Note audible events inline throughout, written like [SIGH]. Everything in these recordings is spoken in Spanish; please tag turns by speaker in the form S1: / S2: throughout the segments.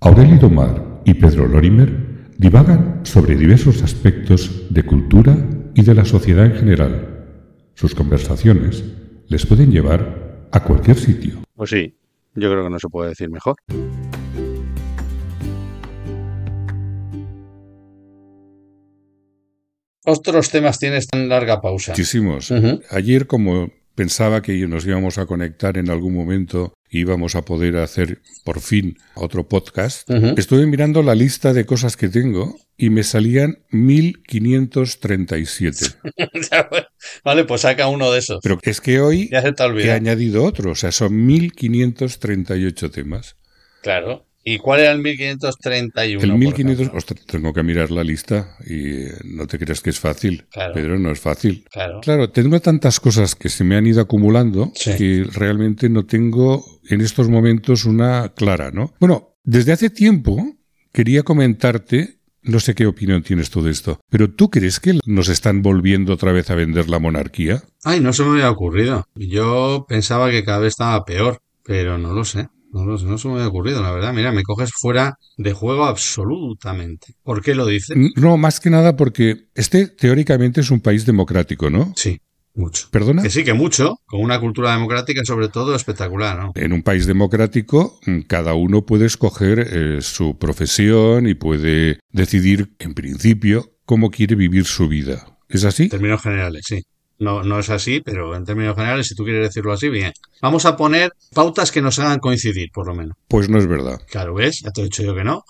S1: Aurelio Domar y Pedro Lorimer divagan sobre diversos aspectos de cultura y de la sociedad en general. Sus conversaciones les pueden llevar a cualquier sitio.
S2: Pues sí, yo creo que no se puede decir mejor.
S3: otros temas tienes tan larga pausa.
S1: Muchísimos.
S3: Uh -huh.
S1: Ayer, como pensaba que nos íbamos a conectar en algún momento y íbamos a poder hacer por fin otro podcast,
S3: Ujú. [LAUGHS]
S1: estuve mirando la lista de cosas que tengo y me salían 1537.
S3: vale, pues saca uno de esos.
S1: Pero es que hoy
S3: Ya se te
S1: he
S3: olvidó.
S1: añadido otro, o sea, son 1538 temas.
S3: Claro. ¿Y cuál era el 1531?
S1: El
S3: por
S1: 1500,
S3: ejemplo?
S1: ostras, tengo que mirar la lista y eh, no te creas que es fácil,
S3: Claro.
S1: Pedro, no es fácil.
S3: Claro.
S1: Claro, tengo tantas cosas que se me han ido acumulando
S3: Sí.
S1: que realmente no tengo en estos momentos una clara, ¿no? Bueno, desde hace tiempo quería comentarte, no sé qué opinión tienes tú de esto, pero ¿tú crees que nos están volviendo otra vez a vender la monarquía?
S3: Ay, no se me había ocurrido. Yo pensaba que cada vez estaba peor, pero no lo sé. No lo sé, no se me había ocurrido, la verdad. Mira, me coges fuera de juego absolutamente. ¿Por qué lo dice?
S1: N- No, más que nada porque este teóricamente es un país democrático, ¿no?
S3: Sí, mucho.
S1: ¿Perdona?
S3: Que sí, que mucho, con una cultura democrática sobre todo espectacular, ¿no?
S1: En un país democrático, mm, cada uno puede escoger eh, su profesión y puede decidir, en principio, cómo quiere vivir su vida. ¿Es así?
S3: En términos generales, sí. No, no es así, pero en términos generales, si tú quieres decirlo así, bien. Vamos a poner pautas que nos hagan coincidir, por lo menos.
S1: Pues no es verdad.
S3: Claro, ¿ves? Ya te he dicho yo que no.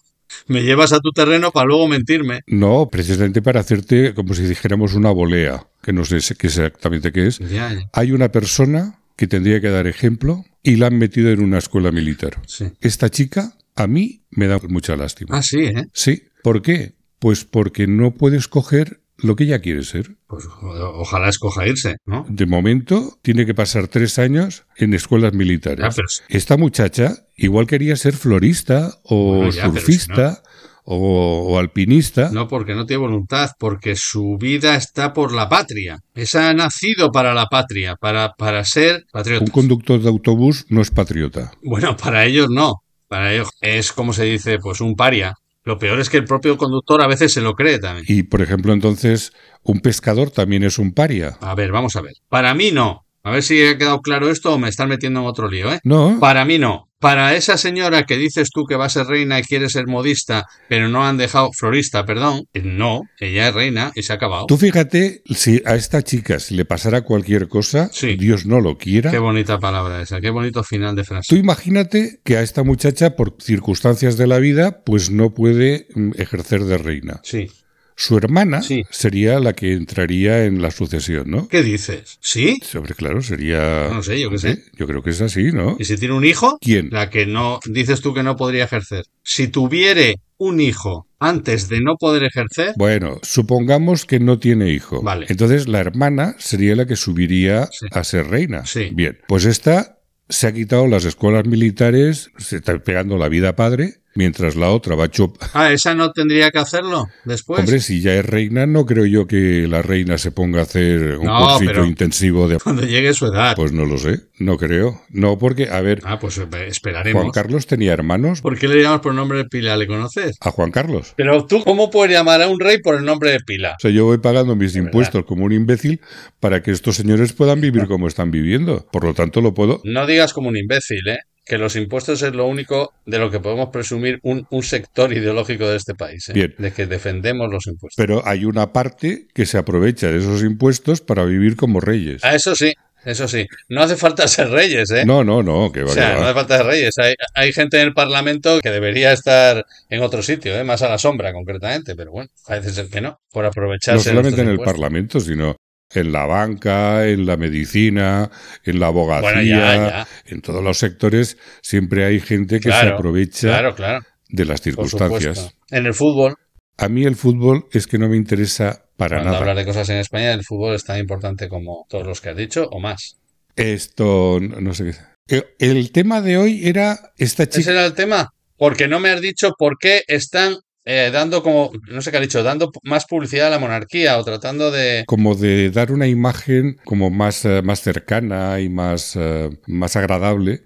S3: Me llevas a tu terreno para luego mentirme.
S1: No, precisamente para hacerte como si dijéramos una volea, que no sé si- qué exactamente qué es.
S3: Ya, ya,
S1: Hay una persona que tendría que dar ejemplo y la han metido en una escuela militar.
S3: sí.
S1: Esta chica a mí me da mucha lástima.
S3: Ah, sí, ¿eh?
S1: Sí. ¿Por qué? Pues porque no puede escoger lo que ella quiere ser.
S3: Pues o- ojalá escoja irse, ¿no?
S1: De momento tiene que pasar tres años en escuelas militares.
S3: Ya, pero sí.
S1: Esta muchacha igual quería ser florista o
S3: Bueno, ya, pero si
S1: surfista o, o alpinista.
S3: No porque no tiene voluntad, porque su vida está por la patria. Esa ha nacido para la patria, para, para ser patriota.
S1: Un conductor de autobús no es patriota.
S3: Bueno, [LAUGHS] para ellos no. Para ellos es como se dice, pues un paria. Lo peor es que el propio conductor a veces se lo cree también.
S1: Y, por ejemplo, entonces, un pescador también es un paria.
S3: A ver, vamos a ver. Para mí no. A ver si ha quedado claro esto o me están metiendo en otro lío, ¿eh?
S1: No,
S3: Para mí no. Para esa señora que dices tú que va a ser reina y quiere ser modista, pero no han dejado florista, perdón, eh, no, ella es reina y se ha acabado.
S1: tú fíjate, si a esta chica si le pasara cualquier cosa,
S3: Sí.
S1: Dios no lo quiera.
S3: Qué bonita palabra esa, qué bonito final de
S1: Tú
S3: frase.
S1: imagínate que a esta muchacha, por circunstancias de la vida, pues no puede mm, ejercer de reina.
S3: Sí.
S1: Su hermana
S3: Sí.
S1: sería la que entraría en la sucesión, ¿no?
S3: ¿Qué dices? ¿Sí?
S1: Sobre, claro, sería... ¿eh?
S3: No sé, yo qué sé.
S1: Yo creo que es así, ¿no?
S3: ¿Y si tiene un hijo?
S1: ¿Quién?
S3: La que no dices tú que no podría ejercer. Si tuviere un hijo antes de no poder ejercer,
S1: Bueno, supongamos que no tiene hijo.
S3: Vale.
S1: Entonces la hermana sería la que subiría
S3: Sí.
S1: a ser reina.
S3: Sí.
S1: Bien, pues esta se ha quitado las escuelas militares, se está pegando la vida padre, mientras la otra va chup.
S3: ah, esa no tendría que hacerlo después.
S1: Hombre, si ya es reina, no creo yo que la reina se ponga a hacer un
S3: No,
S1: cursito
S3: pero-
S1: intensivo de...
S3: Cuando llegue su edad.
S1: Pues no lo sé, no creo. No, porque, a ver,
S3: Ah, pues eh,
S1: Juan
S3: esperaremos.
S1: Carlos tenía hermanos.
S3: ¿Por qué le llamamos por nombre de pila? ¿Le conoces?
S1: A Juan Carlos.
S3: Pero tú, ¿cómo puedes llamar a un rey por el nombre de pila?
S1: O sea, yo voy pagando mis
S3: verdad.
S1: impuestos como un imbécil para que estos señores puedan vivir como están viviendo. Por lo tanto, lo puedo.
S3: No digas como un imbécil, ¿eh? Que los impuestos es lo único de lo que podemos presumir un, un sector ideológico de este país, ¿eh?
S1: Bien.
S3: De que defendemos los impuestos.
S1: Pero hay una parte que se aprovecha de esos impuestos para vivir como reyes.
S3: Ah, eso sí, eso sí. No hace falta ser reyes, ¿eh?
S1: No, no, no, que va,
S3: O sea,
S1: que va.
S3: no hace falta ser reyes. Hay, hay gente en el Parlamento que debería estar en otro sitio, ¿eh? más a la sombra concretamente, pero bueno, parece ser que no, por aprovecharse.
S1: No
S3: de
S1: solamente
S3: nuestros
S1: en el
S3: impuestos.
S1: Parlamento, sino en la banca, en la medicina, en la abogacía,
S3: Bueno, ya, ya.
S1: en todos los sectores, siempre hay gente que se
S3: Claro,
S1: aprovecha
S3: Claro, claro,
S1: de las
S3: por
S1: circunstancias.
S3: supuesto. En el fútbol,
S1: A mí el fútbol es que no me interesa para
S3: cuando
S1: nada.
S3: hablar de cosas en España, el fútbol es tan importante como todos los que has dicho, o más.
S1: Esto, no no sé qué. es. Eh, El tema de hoy era esta
S3: Ese
S1: chica.
S3: era el tema, porque no me has dicho por qué están eh, dando como, no sé qué ha dicho, dando más publicidad a la monarquía o tratando de...
S1: como de dar una imagen como más, eh, más cercana y más, eh, más agradable.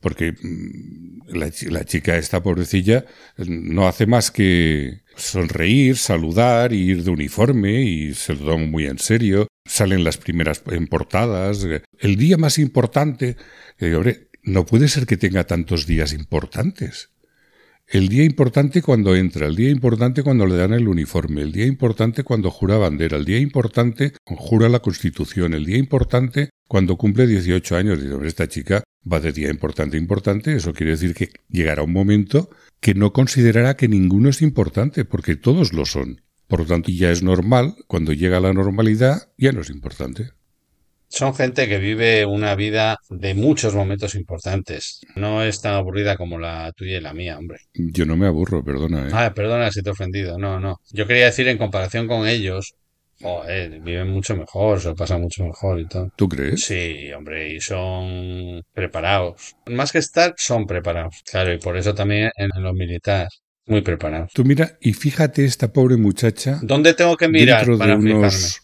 S1: porque mm, la, la, chica esta pobrecilla mm, no hace más que sonreír, saludar, y ir de uniforme y se lo toma muy en serio. Salen las primeras en portadas. eh, El día más importante. Que digo, hombre, no puede ser que tenga tantos días importantes. El día importante cuando entra, el día importante cuando le dan el uniforme, el día importante cuando jura bandera, el día importante cuando jura la Constitución, el día importante cuando cumple 18 años. Dice, hombre, esta chica va de día importante importante, eso quiere decir que llegará un momento que no considerará que ninguno es importante, porque todos lo son. Por lo tanto, ya es normal, cuando llega a la normalidad, ya no es importante.
S3: Son gente que vive una vida de muchos momentos importantes. No es tan aburrida como la tuya y la mía, hombre.
S1: Yo no me aburro, perdona. ¿eh?
S3: Ah, perdona si te he ofendido. No, no. Yo quería decir, en comparación con ellos, joder, viven mucho mejor, se lo pasan mucho mejor y todo.
S1: ¿Tú crees?
S3: Sí, hombre, y son preparados. Más que estar, son preparados. Claro, y por eso también en los militares. Muy preparados.
S1: Tú mira y fíjate esta pobre muchacha.
S3: ¿Dónde tengo que mirar
S1: dentro
S3: para
S1: de
S3: fliparme?
S1: unos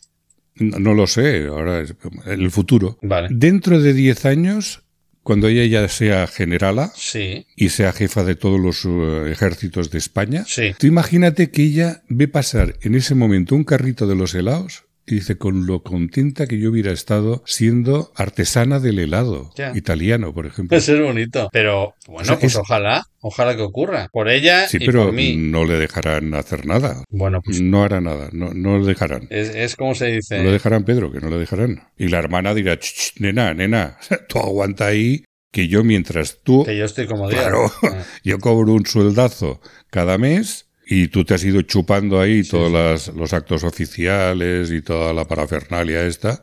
S1: no lo sé, ahora es el futuro.
S3: Vale.
S1: Dentro de 10 años, cuando ella ya sea generala
S3: Sí.
S1: y sea jefa de todos los uh, ejércitos de España,
S3: Sí.
S1: tú imagínate que ella ve pasar en ese momento un carrito de los helados y dice, con lo contenta que yo hubiera estado siendo artesana del helado
S3: Ya. Pues,
S1: italiano, por ejemplo.
S3: Eso es bonito. Pero bueno,
S1: O sea,
S3: pues
S1: es-
S3: ojalá, ojalá que ocurra. Por ella
S1: Sí,
S3: y
S1: pero mm,
S3: por mí.
S1: no le dejarán hacer nada.
S3: Bueno, pues
S1: No hará nada, no, no le dejarán.
S3: es, es como se
S1: No mm. lo
S3: dice.
S1: dejarán, Pedro, que no lo dejarán. Y la hermana dirá, "Ch, ch, nena, nena, [LAUGHS] tú aguanta ahí, que yo mientras tú,
S3: Que yo estoy como Dios.
S1: Claro.
S3: Ah, [LAUGHS]
S1: yo cobro un sueldazo cada mes y tú te has ido chupando ahí todos las- los actos oficiales y toda la parafernalia esta,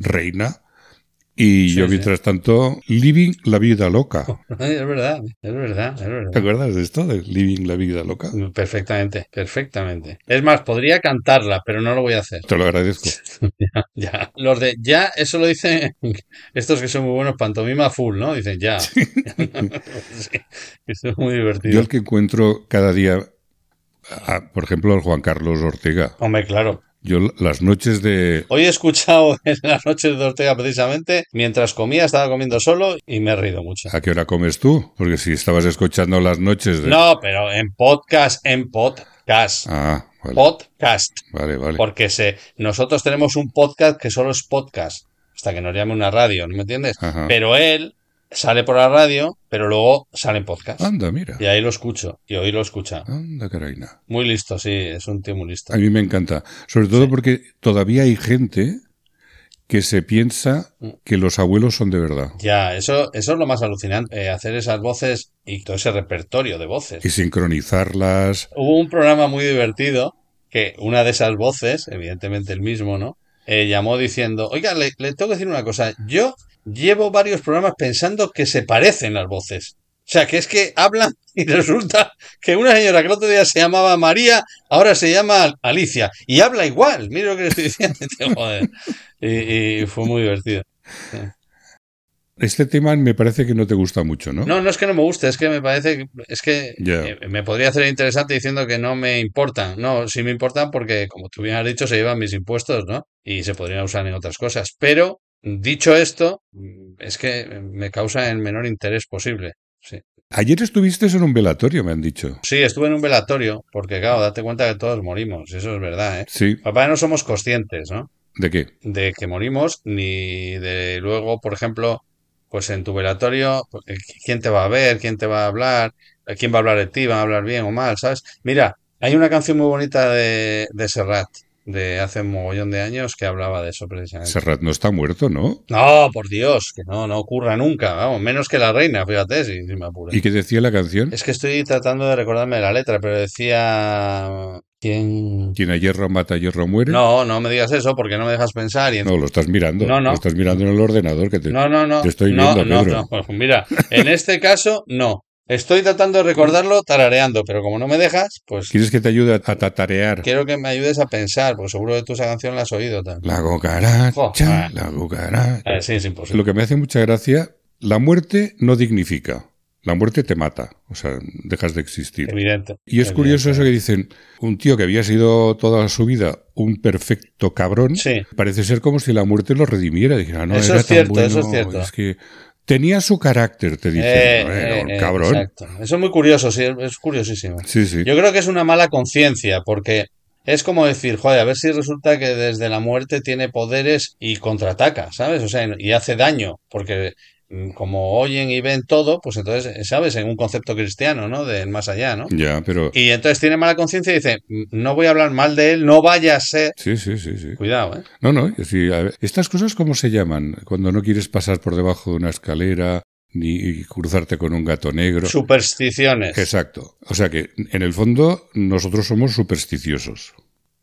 S1: reina. Y
S3: Sí,
S1: yo
S3: sí. Oh.
S1: mientras tanto, living la vida loca.
S3: Es verdad, es verdad, es
S1: ¿Te
S3: verdad.
S1: acuerdas de esto? De living la vida loca.
S3: Perfectamente, perfectamente. Es más, podría cantarla, pero no lo voy a hacer. [LAUGHS]
S1: Te lo agradezco.
S3: Ya. Los de ya, eso lo dicen [LAUGHS] estos que son muy buenos, pantomima full, ¿no? Dicen ya. [LAUGHS] Sí, Eso es muy
S1: Yo
S3: divertido.
S1: el que encuentro cada día, a- por ejemplo, al Juan Carlos Ortega.
S3: Hombre, claro.
S1: Yo las noches de,
S3: Hoy he escuchado [LAUGHS] en la noche de Ortega precisamente, mientras comía, estaba comiendo solo y me he reído mucho.
S1: ¿A qué hora comes tú? Porque si estabas escuchando las noches de...
S3: No, pero en podcast, en podcast.
S1: Ah, vale,
S3: Podcast.
S1: vale, vale.
S3: Porque se, nosotros tenemos un podcast que solo es podcast, hasta que nos llame una radio, ¿no me entiendes?
S1: Ajá.
S3: Pero él sale por la radio, pero luego sale en podcast.
S1: Anda, mira.
S3: Y ahí lo escucho, y hoy lo escucha.
S1: Anda, Carolina.
S3: Muy listo, sí, es un tío muy listo.
S1: A mí me encanta. Sobre todo porque todavía hay gente que se piensa
S3: Mm.
S1: que los abuelos son de verdad.
S3: Ya, eso, eso es lo más alucinante, eh, hacer esas voces y todo ese repertorio de voces.
S1: Y sincronizarlas.
S3: Hubo un programa muy divertido que una de esas voces, evidentemente el mismo, ¿no? Eh, llamó diciendo, oiga, le, le tengo que decir una cosa, yo llevo varios programas pensando que se parecen las voces. O sea, que es que hablan y [LAUGHS] resulta que una señora que el otro día se llamaba María, ahora se llama Al- Alicia. Y habla igual, mire lo que le estoy diciendo. [LAUGHS] Joder. Y, y fue muy divertido.
S1: Este tema me parece que no te gusta mucho, ¿no?
S3: No, no es que no me guste, es que me parece, que- es que
S1: Ya.
S3: eh, me podría hacer interesante diciendo que no me importan. No, sí me importan porque, como tú bien has dicho, se llevan mis impuestos, ¿no? Y se podrían usar en otras cosas. Pero, dicho esto, mm, es que me causa el menor interés posible. Sí.
S1: Ayer estuviste en un velatorio, me han dicho.
S3: Sí, estuve en un velatorio, porque claro, date cuenta que todos morimos, eso es verdad, ¿eh?
S1: Sí.
S3: Papá, no somos conscientes, ¿no?
S1: ¿De qué?
S3: de que morimos, ni de luego, por ejemplo, pues en tu velatorio, pues, eh, quién te va a ver, quién te va a hablar, eh, quién va a hablar de ti, va a hablar bien o mal, ¿sabes? Mira, hay una canción muy bonita de, de Serrat, de hace un mogollón de años, que hablaba de eso precisamente.
S1: Serrat no está muerto, ¿no?
S3: No, por Dios, que no, no ocurra nunca, vamos, menos que la reina, fíjate, si, si me apura.
S1: ¿Y qué decía la canción?
S3: Es que estoy tratando de recordarme la letra, pero decía... ¿Quién?
S1: Quien a hierro mata, a hierro muere.
S3: No, no me digas eso porque no me dejas pensar y
S1: No, lo estás mirando.
S3: No, no.
S1: Lo estás mirando en el ordenador que te...
S3: No, no, no.
S1: Te estoy
S3: no,
S1: viendo,
S3: no,
S1: Pedro.
S3: no. Pues Mira, en este caso, no. Estoy tratando de recordarlo tarareando, pero como no me dejas, pues
S1: ¿Quieres que te ayude a tatarear?
S3: quiero que me ayudes a pensar, porque seguro que tú esa canción la has oído también.
S1: La cucaracha,
S3: Joder.
S1: la cucaracha.
S3: Eh, sí, es imposible.
S1: Lo que me hace mucha gracia, la muerte no dignifica. La muerte te mata, o sea, dejas de existir.
S3: Evidente.
S1: Y es curioso eso que dicen, un tío que había sido toda su vida un perfecto cabrón,
S3: Sí.
S1: parece ser como si la muerte lo redimiera. Dijera, no,
S3: Eso
S1: era
S3: es
S1: tan
S3: cierto,
S1: bueno,
S3: eso es cierto.
S1: que Tenía su carácter, te dicen.
S3: Eh,
S1: ¿no? Era
S3: eh,
S1: un
S3: eh,
S1: cabrón.
S3: exacto. Eso es muy curioso, sí, es curiosísimo.
S1: Sí, sí.
S3: Yo creo que es una mala conciencia, porque es como decir, joder, a ver si resulta que desde la muerte tiene poderes y contraataca, ¿sabes? O sea, y hace daño, porque mm, como oyen y ven todo, pues entonces, ¿sabes? En un concepto cristiano, ¿no? Del más allá, ¿no?
S1: Ya, pero.
S3: Y entonces tiene mala conciencia y dice, "Mm, no voy a hablar mal de él, no vaya a ser.
S1: Sí, sí, sí, sí.
S3: Cuidado, ¿eh?
S1: No, no, es decir, a ver, estas cosas cómo se llaman cuando no quieres pasar por debajo de una escalera ni y cruzarte con un gato negro.
S3: Supersticiones.
S1: Exacto. O sea que en el fondo nosotros somos supersticiosos.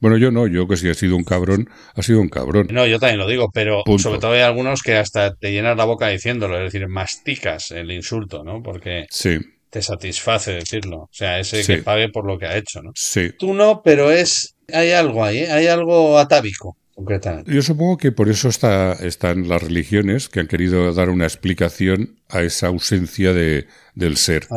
S1: Bueno, yo no, yo que si ha sido un cabrón, ha sido un cabrón.
S3: No, yo también lo digo, pero
S1: Punto.
S3: sobre todo hay algunos que hasta te llenas la boca diciéndolo, es decir, masticas el insulto, ¿no? Porque
S1: Sí,
S3: te satisface decirlo. O sea, ese
S1: Sí.
S3: que pague por lo que ha hecho, ¿no?
S1: sí.
S3: Tú no, pero es. Hay algo ahí, ¿eh? hay algo atávico, concretamente.
S1: Yo supongo que por eso está, están las religiones que han querido dar una explicación a esa ausencia de, del ser.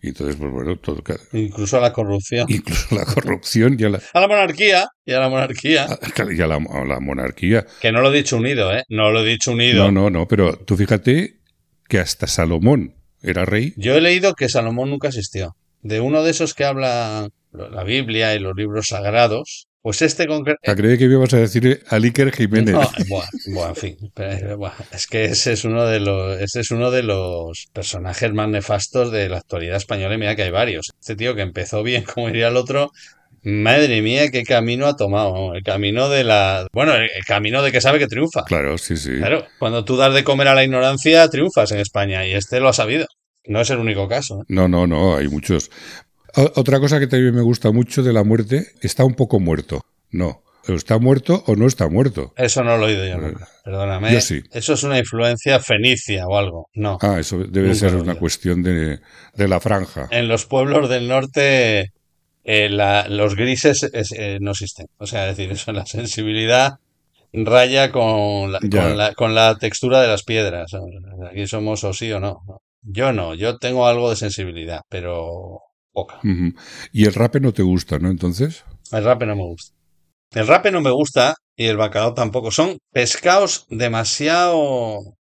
S1: Y entonces, pues bueno, todo, ca-
S3: Incluso a la corrupción.
S1: incluso la corrupción y a la,
S3: A la monarquía, y a la monarquía.
S1: Ah. y a la- a la monarquía.
S3: Que no lo he dicho unido, ¿eh? No lo he dicho
S1: No,
S3: unido.
S1: no, no, pero tú fíjate que hasta Salomón era rey.
S3: Yo he leído que Salomón nunca asistió. De uno de esos que habla la Biblia y los libros sagrados, pues este concreto.
S1: ¿A creer que me ibas a decir a Iker Jiménez?
S3: No, Ah, buah, buah, en fin. Pero, buah, es que ese es uno de los, ese es uno de los personajes más nefastos de la actualidad española y mira que hay varios. Este tío que empezó bien, [LAUGHS] como diría el otro, madre mía, qué camino ha tomado. El camino de la, bueno, el, el camino de que sabe que triunfa.
S1: Claro, sí, sí.
S3: Claro, cuando tú das de comer a la ignorancia, triunfas en España y este lo ha sabido. No es el único caso. ¿eh?
S1: No, no, no, hay muchos. O- otra cosa que también me gusta mucho de la muerte, está un poco muerto. No, o está muerto o no está muerto.
S3: Eso no lo he oído yo nunca. Perdóname.
S1: Yo sí.
S3: Eso es una influencia fenicia o algo. No.
S1: Ah, eso debe
S3: Nunca
S1: ser
S3: lo Eh.
S1: una
S3: veo.
S1: cuestión de, de la franja.
S3: en los pueblos del norte eh, la- los grises es- eh, no existen. O sea, es decir, [LAUGHS] eso, la sensibilidad raya con la,
S1: Ya.
S3: con la, con la textura de las piedras. Aquí somos o sí o no. Yo no, yo tengo algo de sensibilidad, pero poca.
S1: Ujú. Y el rape no te gusta, ¿no? Entonces,
S3: El rape no me gusta. El rape no me gusta y el bacalao tampoco. Son pescados demasiado